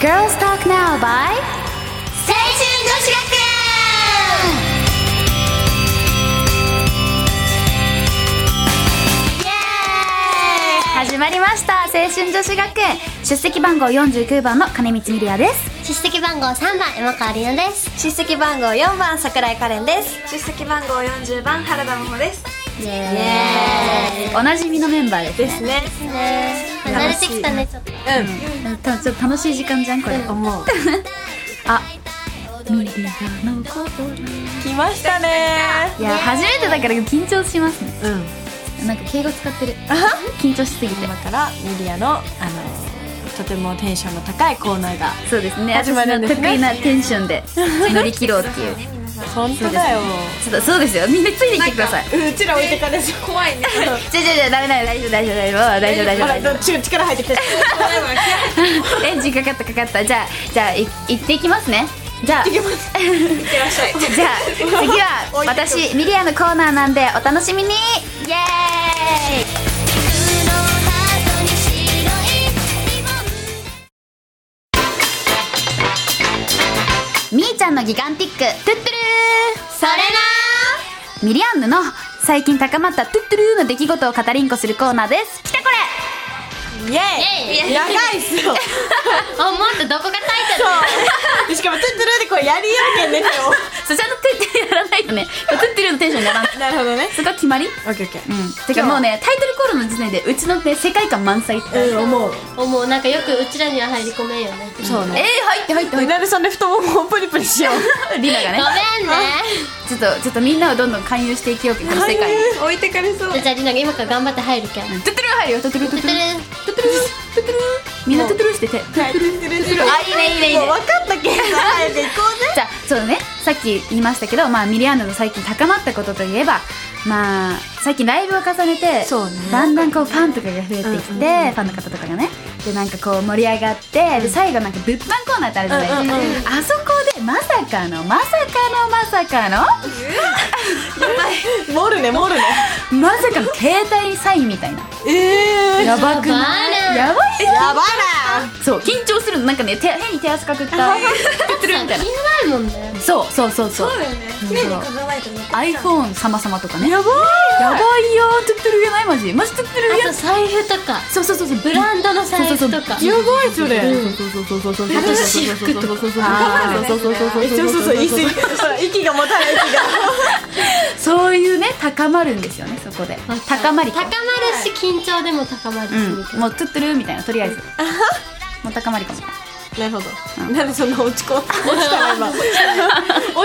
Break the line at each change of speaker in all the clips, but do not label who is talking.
Girls Talk Now by
青春女子学園イエ
始まりました青春女子学園出席番号49番の金光ミリアです
ーイ出席番号3番山川里奈です
出席番号4番桜井可憐です
出席番号40番原田真帆です
イエーイおなじみのメンバーですね
ですね
慣れてきたねちょっと
たちょっと楽しい時間じゃんこれ、
思う
あミリアのこと
来ましたね
いや初めてだから緊張しますね
うん
なんか敬語使 ってる緊張しすぎて
今からミリアのあのとてもテンションの高いコーナーが
そうですね
始まるんですね
私の得意なテンションで乗り切ろうって いう
本当だよ
ちょっとそうですよみんなついてきてくださいう
ちら置いてかれそう怖いね
じゃじゃじゃダメだよ大丈夫大丈夫大丈夫大丈夫大丈夫大丈夫
ち力入ってきた
エンジンかかったかかったじゃあじゃあい行っていきますねじゃあじゃ
いってらっしゃい
あ次は私ミリアのコーナーなんでお楽しみにイエーイみーちゃんのギガンティックトゥットゥルー
それ
ミリアンヌの最近高まったトゥットゥルーの出来事を語りんこするコーナーです来たこれ
イエーイ長いっすよ
なあもっとどこがタイトル
そうしかもトゥットゥルーでこれやりやんけんですよ
そちらのトゥットゥルーやらないとねトゥットゥルーのテンションにならん
なるほどね
そこは決まり
オッケーオッケー
うんてかもうねタイトルコールの時点でうちのね世界観満載って
うん思う
おもうなんかよくうちらには入り込めんよね
そう
えー、入って入って入って
みなるさんで太ももをプリプリしよう
リナが
ご
ね
めんね
ちょっとちょっとみんなをどんどん勧誘していきようこの世界に
置いてかれそう
じゃありなが今から頑張って入るけん
トゥットゥルー入るよトゥットゥルートゥットゥルートゥットゥルートゥットゥルーみんなトゥットゥルーしてて
はいトゥルトゥルトゥル
あいいねいいねいいね
もう分かったけんさ早く行こうね
じゃあそうだねさっき言いましたけど、まあ、ミリアンヌの最近高まったことといえばまあ最近ライブを重ねて、
そうね
だんだんこうファンとかが増えてきて、
うんうんうん
ファンの方とかがねでなんかこう盛り上がってで最後なんか物販コーナーってあるじゃないですか、あそこでまさかのまさかのまさかの
盛るね盛るね
まさかの携帯サインみたいな
ええ
やばくないやばいよ
やば
そう緊張するのなんかね手変に手汗かくった
気にないもんね
そうそうそう
そ
そう
うだよね
うん
綺麗に飾らないと残っちゃう
iPhone 様様とかね
なやば
やばいよートゥットゥルーやないマジマジトゥットゥルー
あ
や
と財布とか
そうそうそうそうブ
ブ
ラ
ランドの財布とか
いやばいそれ
そうそうそうそうそうそう
あと私服とか
あー
そうそうそうそう
えそうそうそう息ほら息が持たない息が
そういうね高まるんですよねそこで高まり
高まるし緊張でも高まるしみた
う
い
んも
な
うトゥットゥルーみたいなとり あえずもう高まりかも
なるほどなんでそんな落ち込ん落ちたの今落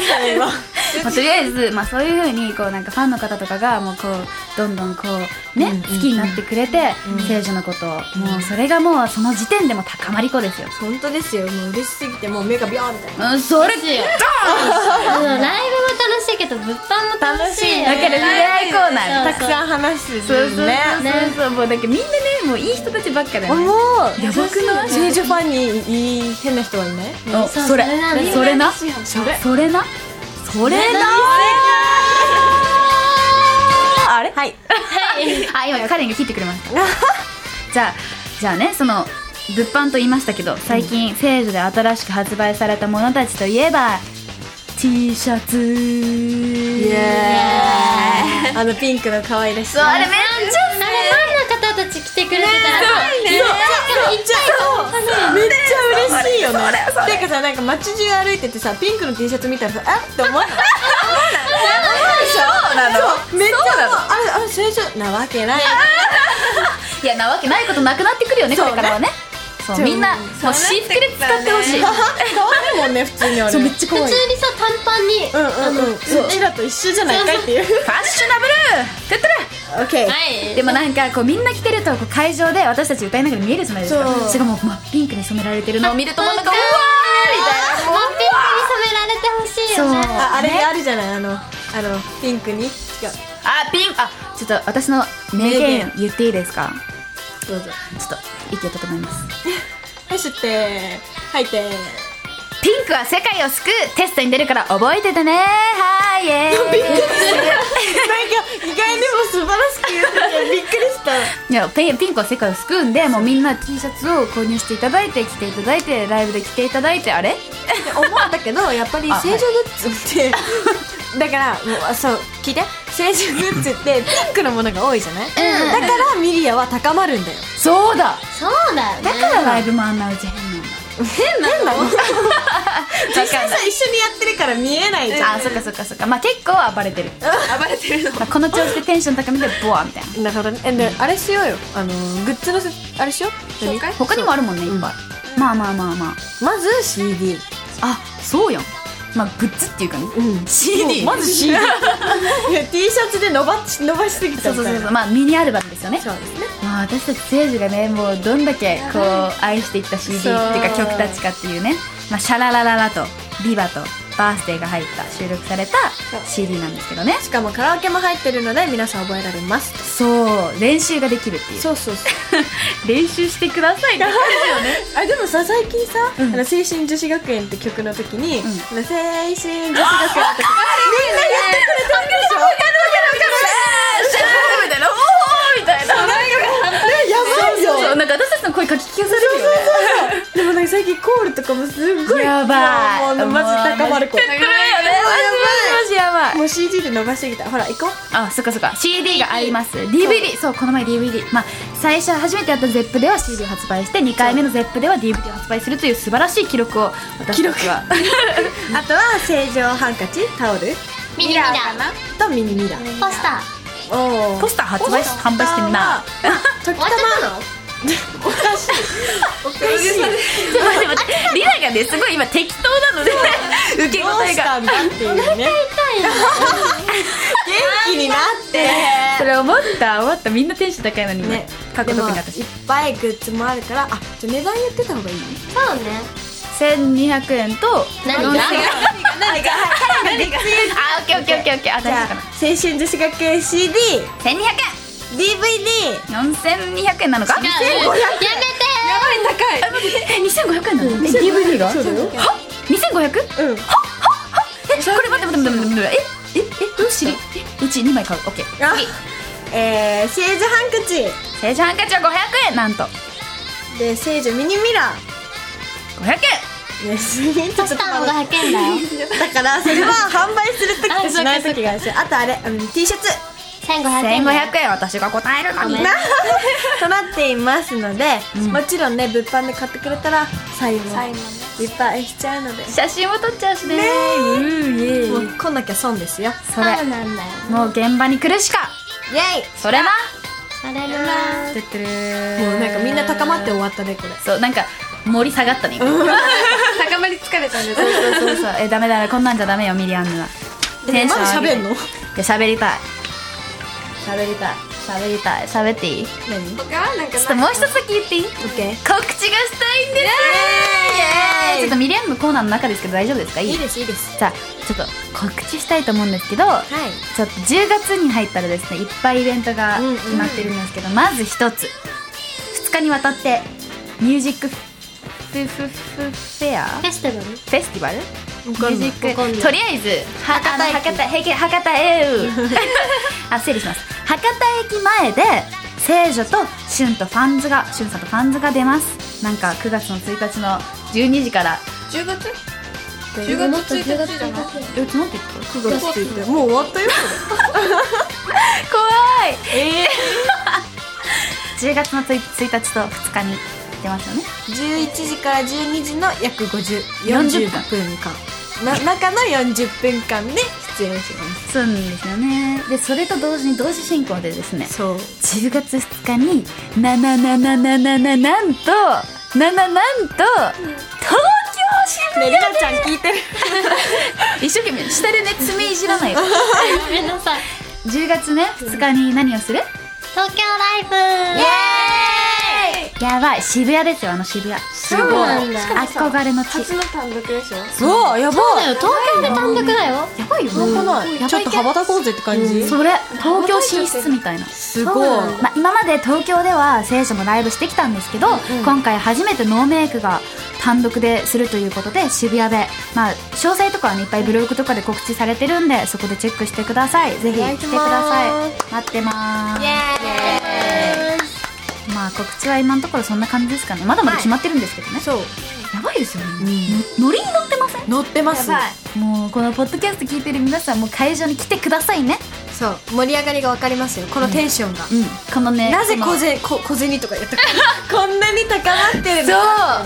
ちたの今
まあ、とりあえず、まあ、そういうふうにこうなんかファンの方とかがもうこうどんどんこう、ね好きになってくれて、聖女のことをもうそれがもうその時点でもう高まり子ですよ、
本当ですよもう嬉しすぎてもう目がビョーンみたい
うん、それ
楽しいよあのライブも楽しいけど物販も楽しいよ
だから恋愛コーナー
そう
なたくさん話してる
そうそうそう
ね
そうそうもうだけどみんなねもういい人たちばっかだよね
思う
やばくない
聖女ファンにいい変な人はいない
お
そう
それ
それなんだよ
それな
それ
それなそれな
あれはい
あ今カレンが切ってくれました じゃあじゃあねその物販と言いましたけど最近聖女で新しく発売されたものたちといえば T シャツ
イエーイあのピンクの可愛らしさ
あれめっちゃ
あれファンの方たち来てくれてたらさ
そうめっちゃめっちゃ嬉しいよねてかさなんか街中歩いててさピンクの T シャツ見たらさあって思わないそうなのそうめっちゃもうあれあれ最初なわけない
いやなわけないことなくなってくるよねこ
そう
れ
ね
からはねそう
そう
みんなも
そう
う私服で使ってほしい
可愛いもんね普通にあれ
そうめっちゃ可
普
愛い
通にさ短パンに
うんうん うんうちらと一緒じゃないかいっていう
ファッショナブルって言ったら
OK
はい
でもなんかこうみんな着てるとこう会場で私たち歌いながら見えるじゃないです
そ
か
う
しかも真っピンクに染められてるのを見るとなんかうわ
みたいなもうピンクに染められてほしいよね
そう
ああれ
ね
あるじゃないあのあのピンクに違う
ーあピンあちょっと私の名言言っていいですか
どうぞ
ちょっといけたと思います
走って吐いて
ピンクは世界を救うテストに出るから覚えててねはいイエ
意外でも素晴らしく言っててびっくりした
ーイいやピンピンクは世界を救うんでもうみんな T シャツを購入していただいて着ていただいてライブで着ていただいてあれ
って思っ たけどやっぱり
あ
聖女グッズって、 だからもうあそう聞いて聖女グッズってピンクのものが多いじゃない、だからミリアは高まるんだよ
そうだ
そうだよね
だからライブもあんなうち変なんだ
変なの実
実際さ
一緒にやってるから見えないじ
あそっかそっかそっかまあ結構暴れてる
暴れてるの
まあこの調子でテンション高めでボワみたいな
だからねえであれしようよあのグッズのせあれしよう
紹介
他にもあるもんねいっぱいまあまあまあまあ
まず CD
あそうやんまあグッズっていうかね
うん
CD
まず CD いや T シャツで伸ばし伸ばしすぎ
そ
た
う
み
そう
た
そ
いう
そ
な
うまあミニアルバムですよね
そうですね
まあ私たち聖樹がねもうどんだけこう愛してきた CD って
そう
いうか曲たちかっていうねまあシャララララとビバとバースデーが入った収録された CD なんですけどね
しかもカラオケも入ってるので皆さん覚えられます
そう練習ができるっていう
うそうそう
練習してくださいね
あでもさ最近さ、あの青春女子学園って曲の時に、あの青春女子学園ってみんな
みたいなおおみたいな
言ってくれてるでしょやばいよ
そうなんか私たちの声かき消されるよね
でもなんか最近コールとかもすごい
やばい
もうマジ高まる子
高まるよねマジやばい
もう CD で伸ばしてきたほら行こう
あそっかそっか CD があります DVD そうこの前 DVD まあ最初初めてやった ZEP では CD を発売して2回目の ZEP では DVD を発売するという素晴らしい記録を私たちは
あとは正常ハンカチタオル
ミリミラ
とミニミラ
ポスター
お
ポスター発売し販売してみな
時
終わっちゃったの
おかしいおかしい
ちょっと待って待ってリナがねすごい今適当なので受け
どう
答え
し
が
たんだっていうね元気になって
それ思った思ったみんなテンション高いのにね
ね
過去
で
特
もい
に
っ
私
ぱいグッズもあるからあじゃあ値段言ってた方がいい
そうね
1200円と
何
4000
が
円
何か何か
あオッケーオッケーオッケーオッケーあ
じ
大
ゃ
丈夫かな
あ青春女子学園 CD
1200円
DVD
4200円なのか
違うやめて
え2500円なの、え DVD が
うだよ
は 2500?
う
え
ん
これ待って待って待って待ってえええどうしりえうち2枚買うオッケー
あえー、聖女ハンカチ
聖女ハンカチは500円なんと500
で聖女ミニミラ
円
ーねすげえ ちょっ
ポ
と
スターもが100円だ よ
だからそれは販売する時
あ
としない 時があるしあとあれ、うん、T シャツ
1500円だよ
1500円私が答えるのに
ごめん
な
となっていますので、
うん
もちろんね物販で買ってくれたらサインも
サインもね
いっぱいしちゃうので
写真も撮っちゃうしねうんイエ
も
ーイ
う来なきゃ損ですよ
そ
そう
れ
なんだよ
もう現場に来るしか
イエイ
それな
されるな
てってる
もうなんかみんな高まって終わったねこれ
そうなんか盛り下がったね今
高まり疲れたんで
そうそうそうそうえダメダメこんなんじゃダメよミリアンヌはテンション上げて
まだ喋んの
いや喋りたい喋りたい喋りたい喋っていい
何
他はなんか
ちょっともう一つだけ言っていい
オッケ
告知がしたいんです
イエーイ
ちょっとミリアンヌコーナーの中ですけど大丈夫ですか
ー
いい
いいですいいです
じゃあちょっと告知したいと思うんですけど
はい
ちょっと10月に入ったらですねいっぱいイベントが
うんうん
決まってるんですけど、まず一つ2日にわたってミュージックフフフフフェア
フェスティバル
フェスティバルミ
かん
ュー
ない
ジ
わかん
ッ
ない
クとりあえずは
博多
あ
駅
の博多駅博多エ ウあ整理します博多駅前で聖女とシュンとファンズがシュンさんとファンズが出ますなんか9月の1日の12時から
10月10月1日じゃない
えなんて言った
9月って言ってもう終わったよ
怖い
ええ
10月の1日と2日に出ますよね
11時から12時の約50
40
40分間な中の40分間で出演しま
そうなんですよねでそれと同時に同時進行でですね
すそう
10月2日にななななななななんとなななんと東京渋
ね
谷
りなちゃん聞いてる
一生懸命下でね爪いじらないよ
ごめんなさい
10月ね2日に何をする
東京ライブ
やばい渋谷ですよあの渋谷す
そうなんだ
憧れの地
初の単独でしょ
そうやば
そうだよ東京で単独だよ
やばいよ
い
ね
ないちょっと羽ばたこうぜって感じ
それ東京進出みたいな
すごい
まあ、今まで東京では聖書もライブしてきたんですけど、今回初めてノーメイクが単独でするということで渋谷で、まあ、詳細とかは、ね、いっぱいブログとかで告知されてるんでそこでチェックしてくださいぜひ来てください待ってますまあ告知は今のところそんな感じですかねまだまだ決まってるんですけどね、
そう
やばいですよね、のノリに乗ってません
乗ってます
やばい
もうこのポッドキャスト聞いてる皆さんもう会場に来てくださいね
そう盛り上がりが分かりますよこのテンションが、
うんこのね
なぜ
こ
小銭こ小銭とか言ったか こんなに高まってる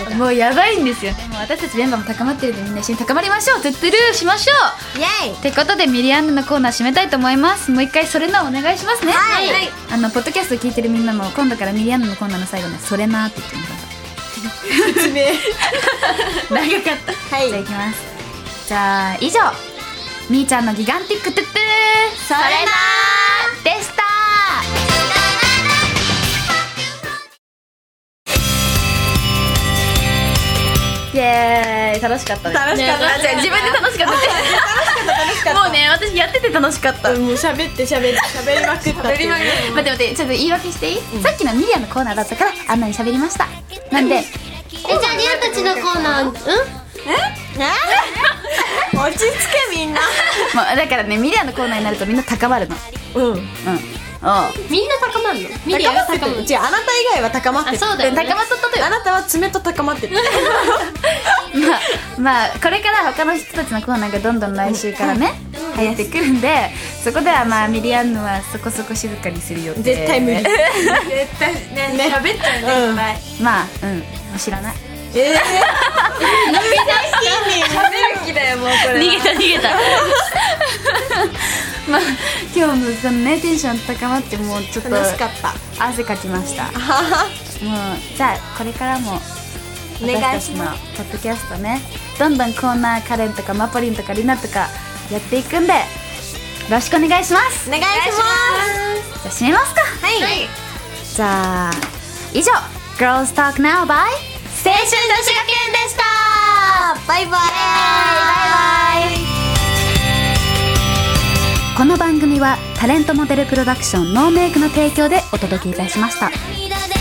の
のもうやばいんですよねもう私たちメンバーも高まってるんでみんな一緒に高まりましょうトゥットゥルーしましょ
イエイ
うってことでミリアンヌのコーナー締めたいと思いますもう一回それなお願いしますね
はいはい
あのポッドキャスト聞いてるみんなも今度からミリアンヌのコーナーの最後に「それな」って言ってみてく ださ
説明
い 長かった
はい
じゃあいきますじゃあ以上みーちゃんのギガンティックトゥットゥル
それな
ーでしたイエーイ楽しかったです
楽しかっ
あ
た
違う自分で楽しかったですもうね私やってて楽しかった
もう喋って喋って喋りまくったっていうね
待って待ってちょっと言い訳していい、さっきのミリアのコーナーだったからあんなに喋りましたなんで
えじゃあリアたちのコーナーうん
落ち着けみんな
もうだからねミリアのコーナーになるとみんな高まるの
うん
うんおう
みんな高まるのミリア
高
が
まって
高
た
まる
違うあなた以外は高まって
あ
る
そうだよね
高まっとったとよ
あなたは爪と高まってる
まあ、 まあ、これから他の人たちのコーナーがどんどん来週からね入ってくるんでそこではまあミリアンヌはそこそこ静かにするよ
絶対無理
絶対ね
ね
喋っちゃうね
うん
いっぱい
まあうん知らない
ええ
喋る気だよもうこれは
た逃げた
まあ今日もそのねテンション高まってもうちょっと
楽しかった
汗かきましたもうじゃあこれからも
お願い
私たちのポッドキャストねどんどんコーナーカレンとかマポリンとかリナとかやっていくんでよろしくお願いします
お願いします
じゃあ締めますか
はい、
じゃあ以上「Girls Talk Now by 青春女子学園」でした
あバイバ
バイ
イ
バイこの番組はタレントモデルプロダクションノーメイクの提供でお届けいたしました
涙で